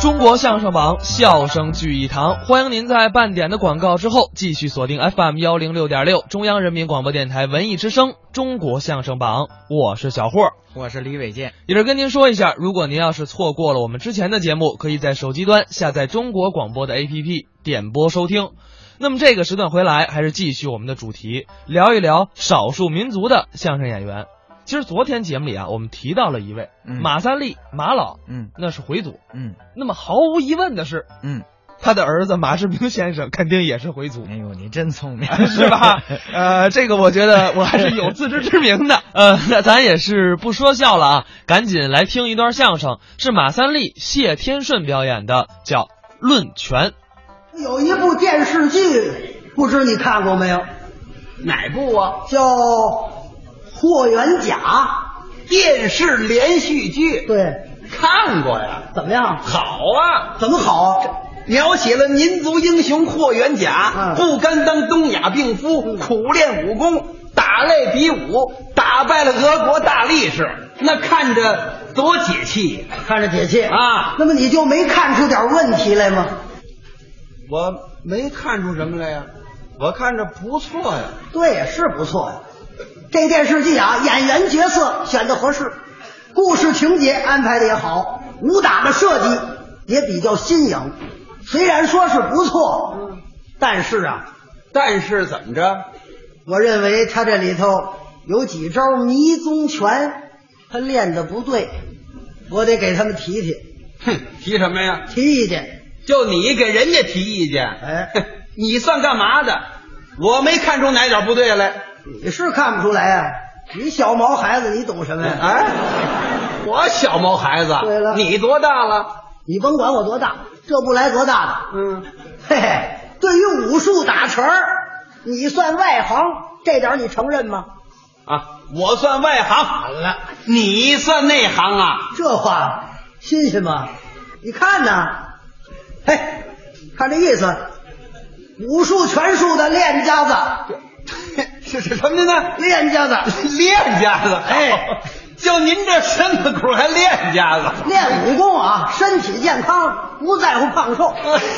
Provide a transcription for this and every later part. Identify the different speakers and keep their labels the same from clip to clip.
Speaker 1: 中国相声榜，笑声聚一堂。欢迎您在半点的广告之后继续锁定 FM 幺零六点六，中央人民广播电台文艺之声《中国相声榜》，我是小霍。
Speaker 2: 我是李伟健。
Speaker 1: 也是跟您说一下，如果您要是错过了我们之前的节目，可以在手机端下载中国广播的 APP 点播收听。那么这个时段回来，还是继续我们的主题，聊一聊少数民族的相声演员。其实昨天节目里啊，我们提到了一位、
Speaker 2: 嗯
Speaker 1: 马三立马老，
Speaker 2: 嗯
Speaker 1: 那是回族。
Speaker 2: 嗯
Speaker 1: 那么毫无疑问的是，
Speaker 2: 嗯，
Speaker 1: 他的儿子马世明先生肯定也是回族。
Speaker 2: 哎呦，你真聪 明，
Speaker 1: 是 吧？呃，这个我觉得我还是有自知之明的。呃，那咱也是不说笑了啊，赶紧来听一段相声，是马三立、谢天顺表演的，叫《论拳》。
Speaker 3: 有一部电视剧，不知你看过没有？
Speaker 4: 哪部啊？
Speaker 3: 叫《霍元甲
Speaker 4: 电视连续》。剧
Speaker 3: 对，
Speaker 4: 看过呀，
Speaker 3: 怎么样？
Speaker 4: 好啊，
Speaker 3: 怎么好？
Speaker 4: 描写了民族英雄霍元
Speaker 3: 嗯
Speaker 4: 甲不甘当东亚病夫，苦练武功，打擂比武，打败了俄国大力士，那看着多解气
Speaker 3: 看着解气！
Speaker 4: 啊！
Speaker 3: 那么你就没看出点问题来吗？
Speaker 4: 我没看出什么来呀，我看着不错呀。
Speaker 3: 对，是不错呀。这电视剧啊，演员角色选的合适，故事情节安排的也好，武打的设计也比较新颖。虽然说是不错，但是啊，
Speaker 4: 但是怎么着？
Speaker 3: 我认为他这里头有几招迷踪拳，他练的不对，我得给他们提提
Speaker 4: 哼，提什么呀？
Speaker 3: 提意见。
Speaker 4: 就你给人家提意见，
Speaker 3: 哎
Speaker 4: 哼， 你算干嘛的？我没看出哪点不对来。
Speaker 3: 你是看不出来啊，你小毛孩子，你懂什么呀？
Speaker 4: 哎，我小毛孩子，
Speaker 3: 对了
Speaker 4: 你多大了？
Speaker 3: 你甭管我多大，这不来多大
Speaker 4: 嗯，
Speaker 3: 的，嘿嘿。对于武术打拳儿，你算外行，这点儿你承认吗？
Speaker 4: 啊，我算外行，好了，你算内行啊？
Speaker 3: 这话新鲜吗？你看呐，嘿，看这意思，武术拳术的练家子，
Speaker 4: 是是什么呢？
Speaker 3: 练家子。
Speaker 4: 练家子，
Speaker 3: 哎，
Speaker 4: 就您这身子骨还练家子？
Speaker 3: 练武功啊，身体健康，不在乎胖瘦。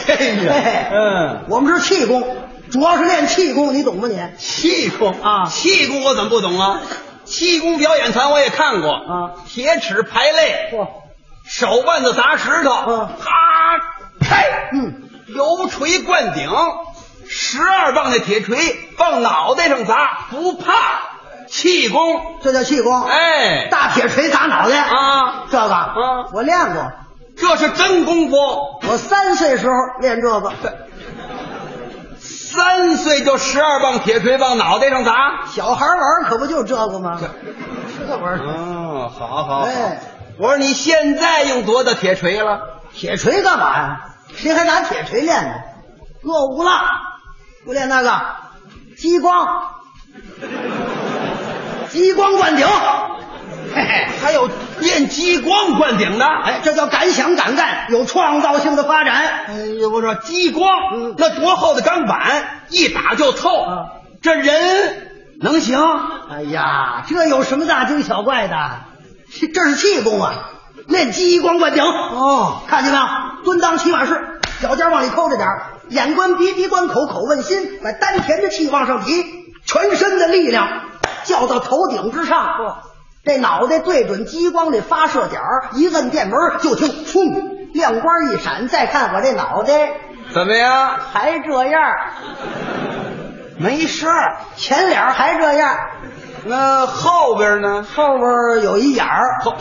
Speaker 4: 哎呀，嗯，
Speaker 3: 我们是气功，主要是练气功，你懂吗你？
Speaker 4: 哎气功
Speaker 3: 啊
Speaker 4: 气功我怎么不懂啊？气功表演团我也看过
Speaker 3: 啊，
Speaker 4: 铁尺排肋，
Speaker 3: 嚯，
Speaker 4: 手腕子砸石头，
Speaker 3: 嗯
Speaker 4: 啪拍，
Speaker 3: 嗯，
Speaker 4: 油锤灌顶，十二磅的铁锤往脑袋上砸，不怕气功。
Speaker 3: 这叫气功。，
Speaker 4: 哎，
Speaker 3: 大铁锤砸脑袋
Speaker 4: 啊，
Speaker 3: 这个
Speaker 4: 啊
Speaker 3: 我练过。
Speaker 4: 这是真功夫。
Speaker 3: 我三岁时候练这个，
Speaker 4: 三岁就十二磅铁锤往脑袋上砸。
Speaker 3: 小孩玩儿可不就这个吗？这玩意儿，
Speaker 4: 哦，好好好
Speaker 3: 哎，
Speaker 4: 我说你现在用多大铁锤了？
Speaker 3: 铁锤干嘛呀？谁还拿铁锤练呢？落伍了，不练那个激光，激光灌顶。嘿嘿。
Speaker 4: 还有练激光灌顶的。哎
Speaker 3: 哎，这叫敢想敢干，有创造性的发展。
Speaker 4: 哎呦，我说激光，
Speaker 3: 嗯
Speaker 4: 那多厚的钢板，一打就透。
Speaker 3: 啊
Speaker 4: 这人能行？
Speaker 3: 哎呀，这有什么大惊小怪的？这这是气功啊，练激光灌顶。
Speaker 4: 哦，
Speaker 3: 看见没有？蹲裆骑马式，脚尖往里抠着点儿，眼观鼻，鼻观口，口问心，把丹田的气往上提，全身的力量叫到头顶之上。这脑袋对准激光的发射点儿一摁电门儿，就听“冲”亮光一闪。再看我这脑袋，
Speaker 4: 怎么样？
Speaker 3: 还这样儿，
Speaker 4: 没事儿。
Speaker 3: 前脸儿还这样儿。
Speaker 4: 那后边呢？
Speaker 3: 后边有一眼儿，
Speaker 4: 透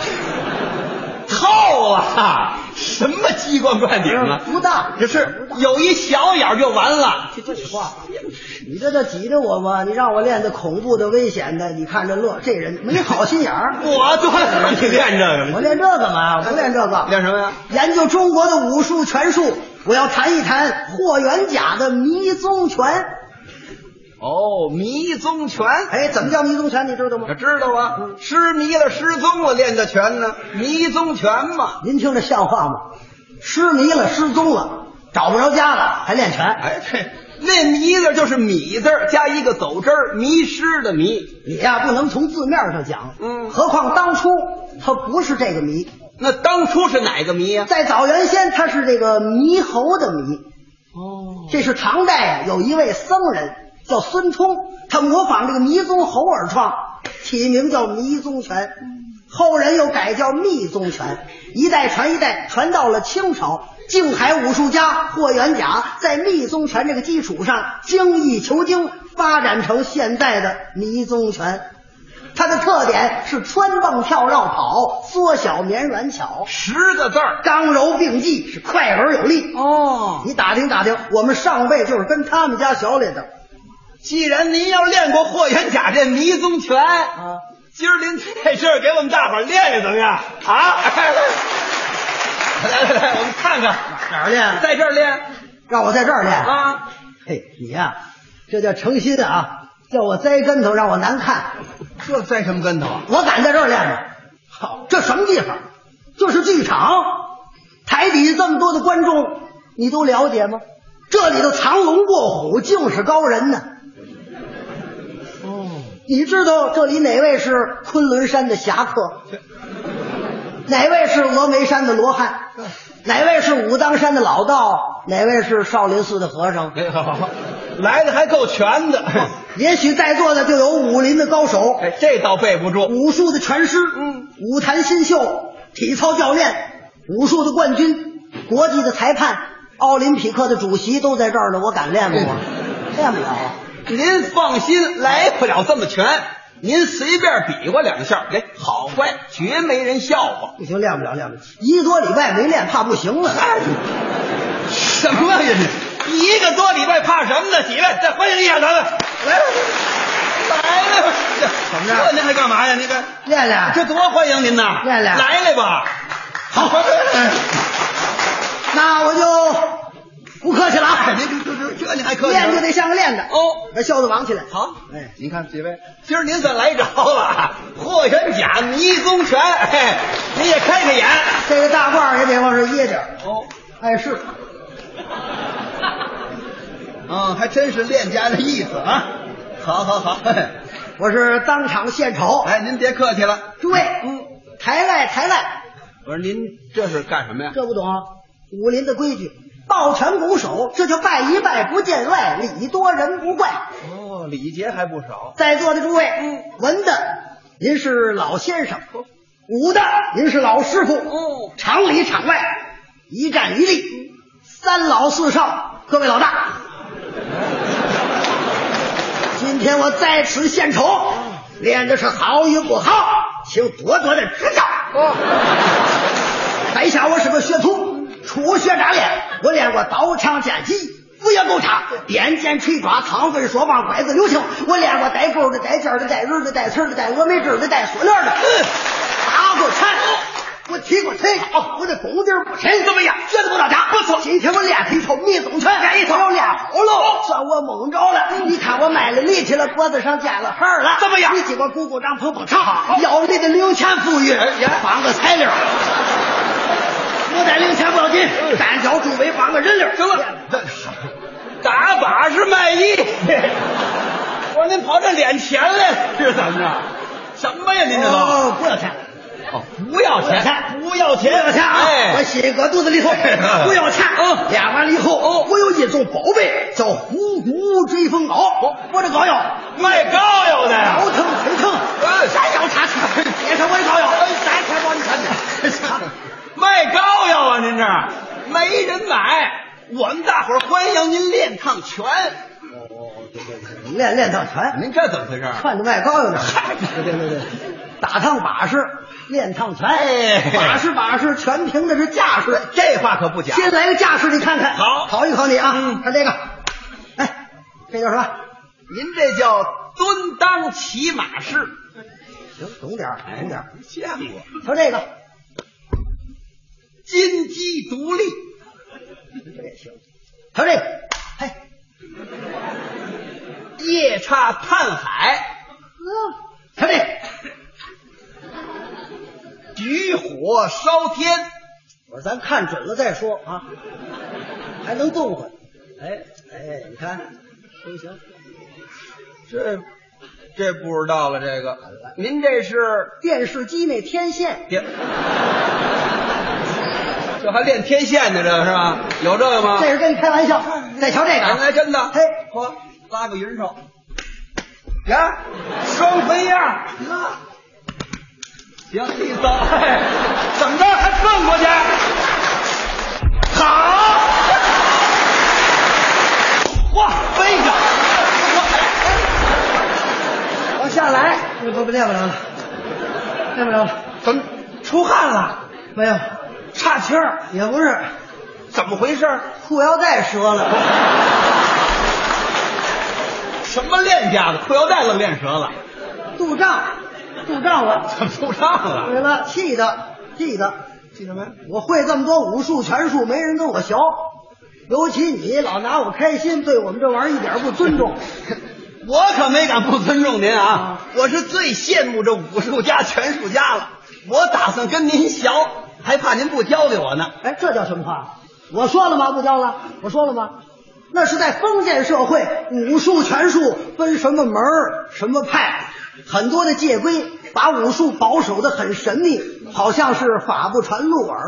Speaker 4: 透啊！什么激光灌顶啊？
Speaker 3: 不大，
Speaker 4: 这是有一小眼儿就完了。
Speaker 3: 这这话，你这叫挤兑我吗？你让我练的恐怖的、危险的，你看这乐，这人没好心眼儿。
Speaker 4: 我多想去练这
Speaker 3: 我
Speaker 4: 个。
Speaker 3: 练这个嘛，我不嗯练这个，
Speaker 4: 练什么呀？
Speaker 3: 研究中国的武术拳术，我要谈一谈霍元甲的迷踪拳。
Speaker 4: 哦，迷踪拳。
Speaker 3: 哎，怎么叫迷踪拳？你知道吗
Speaker 4: 我？知道啊，
Speaker 3: 嗯
Speaker 4: 失迷了失踪了，练的拳呢？迷踪拳嘛。
Speaker 3: 您听着像话吗？失迷了，失踪了，找不着家了，还练拳？
Speaker 4: 哎，对，那迷字就是米字儿加一个走之儿，迷失的迷。
Speaker 3: 你呀、不能从字面上讲，
Speaker 4: 嗯
Speaker 3: 何况当初他不是这个迷，
Speaker 4: 那当初是哪个谜呀、
Speaker 3: 在早原先，他是这个猕猴的猕。
Speaker 4: 哦，
Speaker 3: 这是唐代啊，有一位僧人叫孙冲，他模仿这个迷宗侯而创，起名叫迷宗泉，后人又改叫密宗泉，一代传一代，传到了清朝。静海武术家霍元甲在密宗拳这个基础上精益求精，发展成现在的迷宗拳。它的特点是穿蹦跳绕跑，缩小绵软巧，
Speaker 4: 十个字儿。
Speaker 3: 刚柔并济，是快而有力。
Speaker 4: 哦，
Speaker 3: 你打听打听，我们上辈就是跟他们家学来的。
Speaker 4: 既然您要练过霍元甲这迷踪拳，啊，今儿您在这儿给我们大伙儿练练怎么样？啊，来来来，我们看看，
Speaker 3: 哪儿练
Speaker 4: 在这儿练
Speaker 3: 让我在这儿练。
Speaker 4: 啊。
Speaker 3: 嘿，你呀、这叫诚心啊！叫我栽跟头，让我难看。
Speaker 4: 这栽什么跟头啊？
Speaker 3: 我敢在这儿练着。好，这什么地方？就是剧场，台底这么多的观众，你都了解吗？这里头藏龙卧虎，尽是高人呢。
Speaker 4: 哦，
Speaker 3: 你知道这里哪位是昆仑山的侠客？哪位是峨眉山的罗汉？哪位是武当山的老道？哪位是少林寺的和尚？
Speaker 4: 哎好，来的还够全的，
Speaker 3: 也许在座的就有武林的高手、
Speaker 4: 哎，这倒背不住。
Speaker 3: 武术的拳师、嗯，武坛新秀、体操教练、武术的冠军、国际的裁判、奥林匹克的主席都在这儿呢。我敢练吗？
Speaker 4: 嗯
Speaker 3: 我练不了啊。
Speaker 4: 您放心，来不了这么全，您随便比划两下，给好坏，绝没人笑话。
Speaker 3: 不行，练不了，练不了。一个多礼拜没练，怕不行了。
Speaker 4: 什么呀你？一个多礼拜怕什么呢？几位，再欢迎一下咱们，来来吧。
Speaker 3: 怎么着
Speaker 4: 这您还干嘛呀？您看
Speaker 3: 练练，
Speaker 4: 这多欢迎您呐！
Speaker 3: 练练
Speaker 4: 哎来来吧。好，
Speaker 3: 那我就不客气了啊！
Speaker 4: 哎您这这这您还客气
Speaker 3: 练就得像个练的，
Speaker 4: 哦。
Speaker 3: 把袖子绑起来。
Speaker 4: 好，
Speaker 3: 哎，
Speaker 4: 您看几位，今儿您算来着了，霍元甲、迷踪拳，嘿，您也开开眼。
Speaker 3: 这个大褂儿也得往上掖点儿。
Speaker 4: 哦，
Speaker 3: 哎，是，
Speaker 4: 嗯，还真是练家的意思啊。好好好，嘿
Speaker 3: 我是当场献丑。
Speaker 4: 哎，您别客气了。
Speaker 3: 诸位，嗯，抬赖抬赖，
Speaker 4: 我说您这是干什么呀？
Speaker 3: 这不懂啊武林的规矩，抱拳拱手，这就拜一拜，不见外，礼多人不怪。
Speaker 4: 哦，礼节还不少。
Speaker 3: 在座的诸位，嗯，文的您是老先生，武的您是老师傅，
Speaker 4: 哦，
Speaker 3: 场里场外一站一立，三老四少，各位老大，今天我在此献丑，练的是好与不好，请多多的指教。白瞎我是个学徒，初学炸练，我练过刀枪剑戟。斧钺钩叉、鞭锏锤抓、苍棍槊棒、拐子柳青，我练过带钩的、带尖儿的、带轮儿的、带刺儿的、带峨眉针儿的、带锁链儿的。嗯打过拳，我踢过腿，我这功底儿不深，怎么样？学的不到家，不错。今天我练了一套迷踪拳，练一套，哦嗯要练好了，算我蒙着了。你看我卖了力气了，脖子上见了汗儿了，
Speaker 4: 怎么样
Speaker 3: 你今个鼓鼓掌，捧捧场，腰里的零钱富裕，绑个材料。不带零钱不要紧，单脚助威绑个人溜儿。
Speaker 4: 哎行了，打把式卖艺。我说您跑这敛钱来了，这是怎么着？什么呀？您这都
Speaker 3: 哦，不要钱，
Speaker 4: 不要钱，不要钱，
Speaker 3: 不要钱啊！
Speaker 4: 哎
Speaker 3: 我吸搁肚子里 头，不要钱。
Speaker 4: 嗯
Speaker 3: 练完了以后，哦，我有一种宝贝叫虎骨追风膏，我这膏药
Speaker 4: 哦卖膏药的呀
Speaker 3: 腰？疼腿疼，
Speaker 4: 哎
Speaker 3: 山药叉叉，别上我的膏药，哎三天帮你看去。
Speaker 4: 卖膏药啊？您这儿没人买。我们大伙儿欢迎您练趟拳。
Speaker 3: 哦练练趟拳，
Speaker 4: 您这怎么回事？
Speaker 3: 看着卖膏药呢。
Speaker 4: 嗨
Speaker 3: 对对对对，打趟把式，练趟拳。
Speaker 4: 哎
Speaker 3: 把式把式，全凭的是架势。
Speaker 4: 这话可不假。
Speaker 3: 先来个架势，你看看。
Speaker 4: 好
Speaker 3: 考一考你啊。
Speaker 4: 嗯
Speaker 3: 看这个，哎，这叫什么？
Speaker 4: 您这叫蹲裆骑马式，
Speaker 3: 行，懂点儿，懂点儿。
Speaker 4: 见过。
Speaker 3: 瞧这个，
Speaker 4: 金鸡独立，
Speaker 3: 这也行。瞧这个，嘿，
Speaker 4: 夜叉探海，
Speaker 3: 瞧这个，
Speaker 4: 举火烧天。
Speaker 3: 我说咱看准了再说啊，还能动换。哎哎，你看，行行，
Speaker 4: 这这不 知道了，这个您这是
Speaker 3: 电视机那天线，
Speaker 4: 别这还练天线呢，这是吧？有这个吗？
Speaker 3: 这是跟你开玩笑。再瞧这个
Speaker 4: 哎，
Speaker 3: 啊，
Speaker 4: 真的，
Speaker 3: 嘿，
Speaker 4: 嚯，拉个云手，呀，双飞燕
Speaker 3: 啊
Speaker 4: 儿，行，一走，哎，怎么着还转过去？好，哇，飞着，
Speaker 3: 往下来，不不不练不了了，练不了了，
Speaker 4: 怎么
Speaker 3: 出汗了没有？岔气儿也不是，
Speaker 4: 怎么回事？
Speaker 3: 裤腰带折了，
Speaker 4: 什么练家子，裤腰带都练折了，
Speaker 3: 肚胀，肚胀了。
Speaker 4: 怎么受伤了？
Speaker 3: 对了，气的，气的，气什么呀？我会这么多武术、拳术，没人跟我学。尤其你老拿我开心，对我们这玩意儿一点不尊重。
Speaker 4: 我可没敢不尊重您啊！我是最羡慕这武术家、拳术家了。我打算跟您学，还怕您不啊教给我呢。
Speaker 3: 哎，这叫什么话？我说了吗？不教了？我说了吗？那是在封建社会，武术、拳术分什么门儿、什么派，很多的戒规，把武术保守的很神秘，好像是法不传路耳。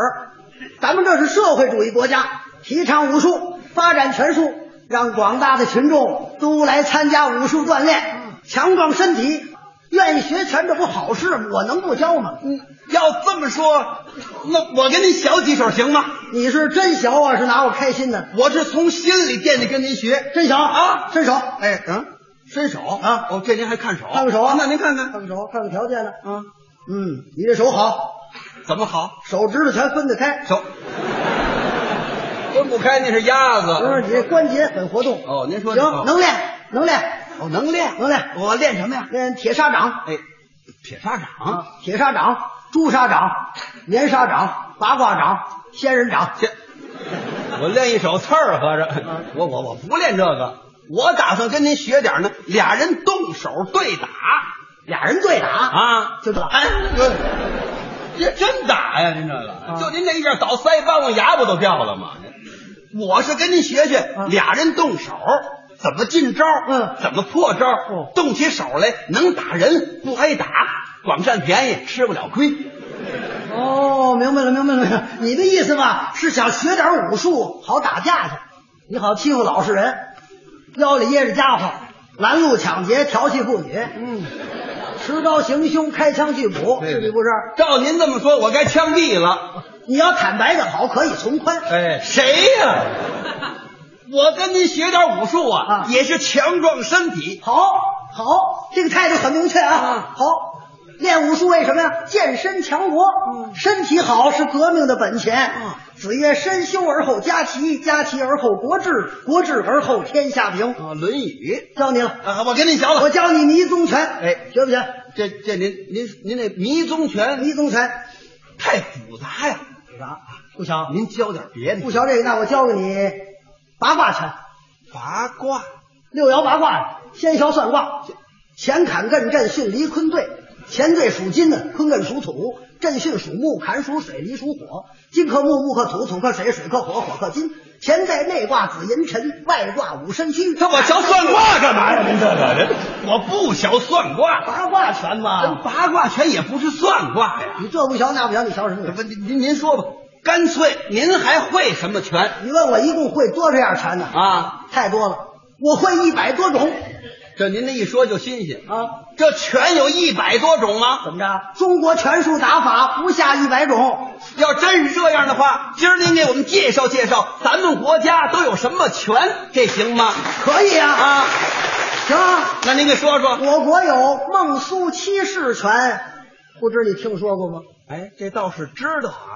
Speaker 3: 咱们这是社会主义国家，提倡武术，发展拳术，让广大的群众都来参加武术锻炼，强壮身体。愿意学拳，这不好事吗？我能不教吗？嗯，
Speaker 4: 要这么说，那我跟您学几手行吗？
Speaker 3: 你是真学啊，是拿我开心的？
Speaker 4: 我是从心里惦记跟您学。
Speaker 3: 伸手
Speaker 4: 啊
Speaker 3: 伸手，
Speaker 4: 哎，嗯，
Speaker 3: 伸手啊，
Speaker 4: 啊，哦，这您还看手？
Speaker 3: 看看手啊，
Speaker 4: 那您看
Speaker 3: 看
Speaker 4: 看，
Speaker 3: 看手，看看条件呢。
Speaker 4: 啊，
Speaker 3: 嗯，你这手好，
Speaker 4: 怎么好？
Speaker 3: 手指头全分得开，
Speaker 4: 手分不开，那是鸭子。
Speaker 3: 不是你这关节很活动。
Speaker 4: 哦您说的
Speaker 3: 行，
Speaker 4: 好
Speaker 3: 能练，能练，
Speaker 4: 哦，能练，
Speaker 3: 能练
Speaker 4: 我练什么呀？
Speaker 3: 练铁砂掌，嗯
Speaker 4: 哎，铁砂掌。
Speaker 3: 铁砂掌、朱砂掌、棉砂掌、八卦掌、仙人掌。
Speaker 4: 这 我练一手刺儿，合着我我我不练这个，我打算跟您学点儿呢，俩人动手对打
Speaker 3: 俩人对打
Speaker 4: 啊，
Speaker 3: 就这
Speaker 4: 哎，这真打呀！您这个，就您这一下倒腮帮子牙不都掉了吗？我是跟您学学，俩人动手怎么进招，
Speaker 3: 嗯
Speaker 4: 怎么破招，
Speaker 3: 哦
Speaker 4: 动起手来能打人不挨打，光占便宜吃不了亏。
Speaker 3: 哦，明白了，明白了，明白了。你的意思吧，是想学点武术，好打架去，你好欺负老实人，腰里掖着家伙，拦路抢劫，调戏妇女，嗯，持刀行凶，开枪拒捕，
Speaker 4: 对
Speaker 3: 是
Speaker 4: 对
Speaker 3: 不是？
Speaker 4: 照您这么说，我该枪毙了。
Speaker 3: 你要坦白的好，可以从宽。
Speaker 4: 哎，谁呀、我跟您学点武术啊，
Speaker 3: 啊
Speaker 4: 也是强壮身体。
Speaker 3: 好，好，这个态度很明确
Speaker 4: 嗯
Speaker 3: 啊。好，练武术为什么呀？健身强国，
Speaker 4: 嗯
Speaker 3: 身体好是革命的本钱。子曰：“身修而后家齐，家齐而后国治，国治而后天下平。
Speaker 4: 啊，《论语》
Speaker 3: 教你了，
Speaker 4: 啊，我跟您学了。
Speaker 3: 我教你迷踪拳，
Speaker 4: 哎
Speaker 3: 学不学？
Speaker 4: 这这您您您那迷踪拳
Speaker 3: 迷踪拳，
Speaker 4: 太复杂呀，
Speaker 3: 不啥？不学，
Speaker 4: 您教点别的。
Speaker 3: 不学这个，那我教给你八卦拳，
Speaker 4: 八卦，
Speaker 3: 六爻八卦，先爻算卦，乾坎艮震巽离坤兑。乾兑属金呢，坤艮属土，震巽属木，坎属水，离属火。金克木，木克土，土克水，水克火，火克金。乾在内卦子寅辰，外卦午申戌。
Speaker 4: 那我学算卦干嘛呀？您这个人，我不学算卦，
Speaker 3: 八卦拳
Speaker 4: 跟
Speaker 3: 嘛，
Speaker 4: 八卦拳也不是算卦呀。
Speaker 3: 你这不学那不学，你学什么呀？
Speaker 4: 不，您您您说吧，干脆您还会什么拳
Speaker 3: 你问我一共会多少样拳呢？
Speaker 4: 啊？
Speaker 3: 太多了，我会一百多种
Speaker 4: 这您这一说就新鲜。
Speaker 3: 啊！
Speaker 4: 这拳有一百多种啊吗？
Speaker 3: 怎么着？中国拳术打法不下一百种，
Speaker 4: 要真是这样的话，今儿您给我们介绍介绍，咱们国家都有什么拳，这行吗？
Speaker 3: 可以啊！
Speaker 4: 啊，
Speaker 3: 行啊，
Speaker 4: 那您给说说。
Speaker 3: 我国有孟苏七式拳，不知你听说过吗？
Speaker 4: 哎，这倒是知道啊。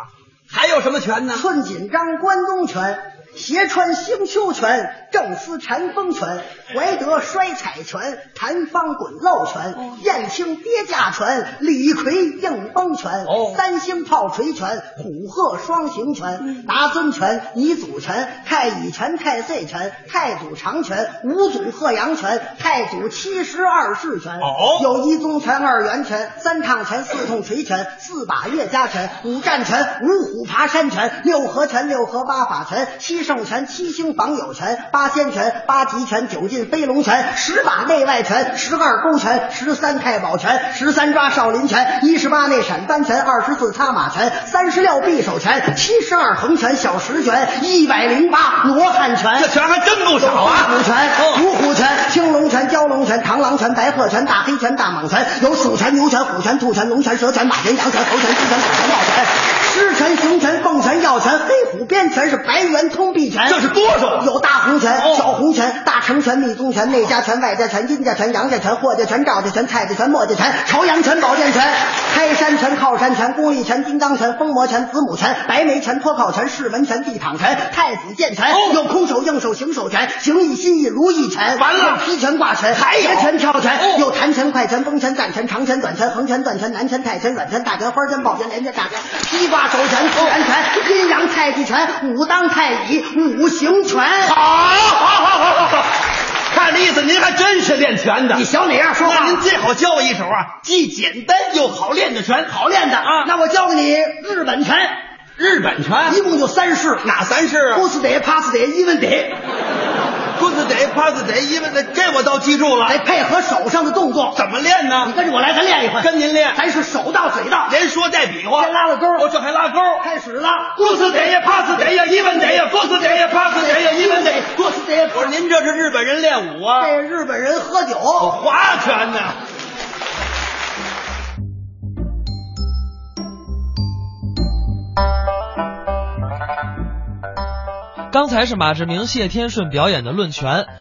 Speaker 4: 还有什么拳呢？
Speaker 3: 顺锦张关东拳、斜川星丘拳、正思禅风拳、怀德摔彩拳、谭方滚漏拳、燕青跌架拳、李逵硬崩拳、
Speaker 4: 哦
Speaker 3: 三星炮锤拳、虎鹤双形
Speaker 4: 嗯
Speaker 3: 拳、达尊拳、泥祖拳、太乙拳、太岁拳、太祖长拳、五祖鹤阳拳、太祖七十二式拳。
Speaker 4: 哦
Speaker 3: 有一宗拳、二元拳、三趟拳、四通锤拳、四把岳家拳、五战拳、五虎爬山拳、六合拳、六合八法拳、七胜拳、七星榜友拳、八仙拳、八极拳、九进飞龙拳、十把内外拳、十二勾拳、十三太保拳、十三抓少林拳、一十八内闪单拳、二十四擦马拳、三十六匕首拳、七十二横拳、小十拳、一百零八罗汉拳。
Speaker 4: 这拳还真不少啊！
Speaker 3: 虎拳、五虎拳、青龙拳、蛟龙拳、螳螂拳、白鹤拳、大黑拳、大蟒拳，有鼠拳、牛拳、虎拳、兔拳、龙拳、蛇拳、马拳、羊拳、猴拳、鸡拳、狗拳、豹拳、狮拳、熊拳、凤拳、药拳、黑虎鞭拳是白猿通臂拳，
Speaker 4: 这是多少？
Speaker 3: 有大红拳、小红拳、大成拳、密宗拳、内家拳、外家拳、殷家拳、杨家拳、霍家拳、赵家拳、蔡家拳、墨家拳、朝阳拳、保健拳、开山拳、靠山拳、公益拳、金刚拳、风魔拳、子母拳、白眉拳、脱靠拳、释门拳、地躺拳、太子剑拳，
Speaker 4: 哦
Speaker 3: 有空手、硬手、形手拳、形意、心意、如意拳，
Speaker 4: 完了
Speaker 3: 有劈拳、挂拳，
Speaker 4: 还有
Speaker 3: 截拳、跳拳，
Speaker 4: 哦
Speaker 3: 有弹拳、快拳、风拳、战拳、长拳、短拳、横拳、断拳、南拳、泰拳、软拳、大拳、花拳、抱拳、连拳、大拳、披挂手拳、自然拳、阴阳太极拳、武当太乙、五行拳。
Speaker 4: 好，好，好，好，好，好。看这意思，您还真是练拳的。
Speaker 3: 你小哪样说话？
Speaker 4: 那您最好教我一手啊，既简单又好练的拳，
Speaker 3: 好练的
Speaker 4: 啊
Speaker 3: 那我教给你日本拳，
Speaker 4: 日本拳
Speaker 3: 一共就三式，
Speaker 4: 哪三式啊？
Speaker 3: 不死得、怕死得、一问得，
Speaker 4: 棍子得，耙子得，因为那这我倒记住了。
Speaker 3: 得配合手上的动作。
Speaker 4: 怎么练
Speaker 3: 你
Speaker 4: 呢？
Speaker 3: 跟着我来，咱练一回。
Speaker 4: 跟您练，
Speaker 3: 咱是手到嘴到，
Speaker 4: 连说带比划，
Speaker 3: 先拉了钩
Speaker 4: 我这还拉钩。
Speaker 3: 开始了。
Speaker 4: 棍子得呀，耙子得呀，一文得呀，棍子得呀，耙子得呀，一文得。
Speaker 3: 不死得，
Speaker 4: 我说您这是日本人练武啊？哦
Speaker 3: 这日本人喝酒。
Speaker 4: 划拳呢？
Speaker 1: 刚才是马志明、谢天顺表演的论拳，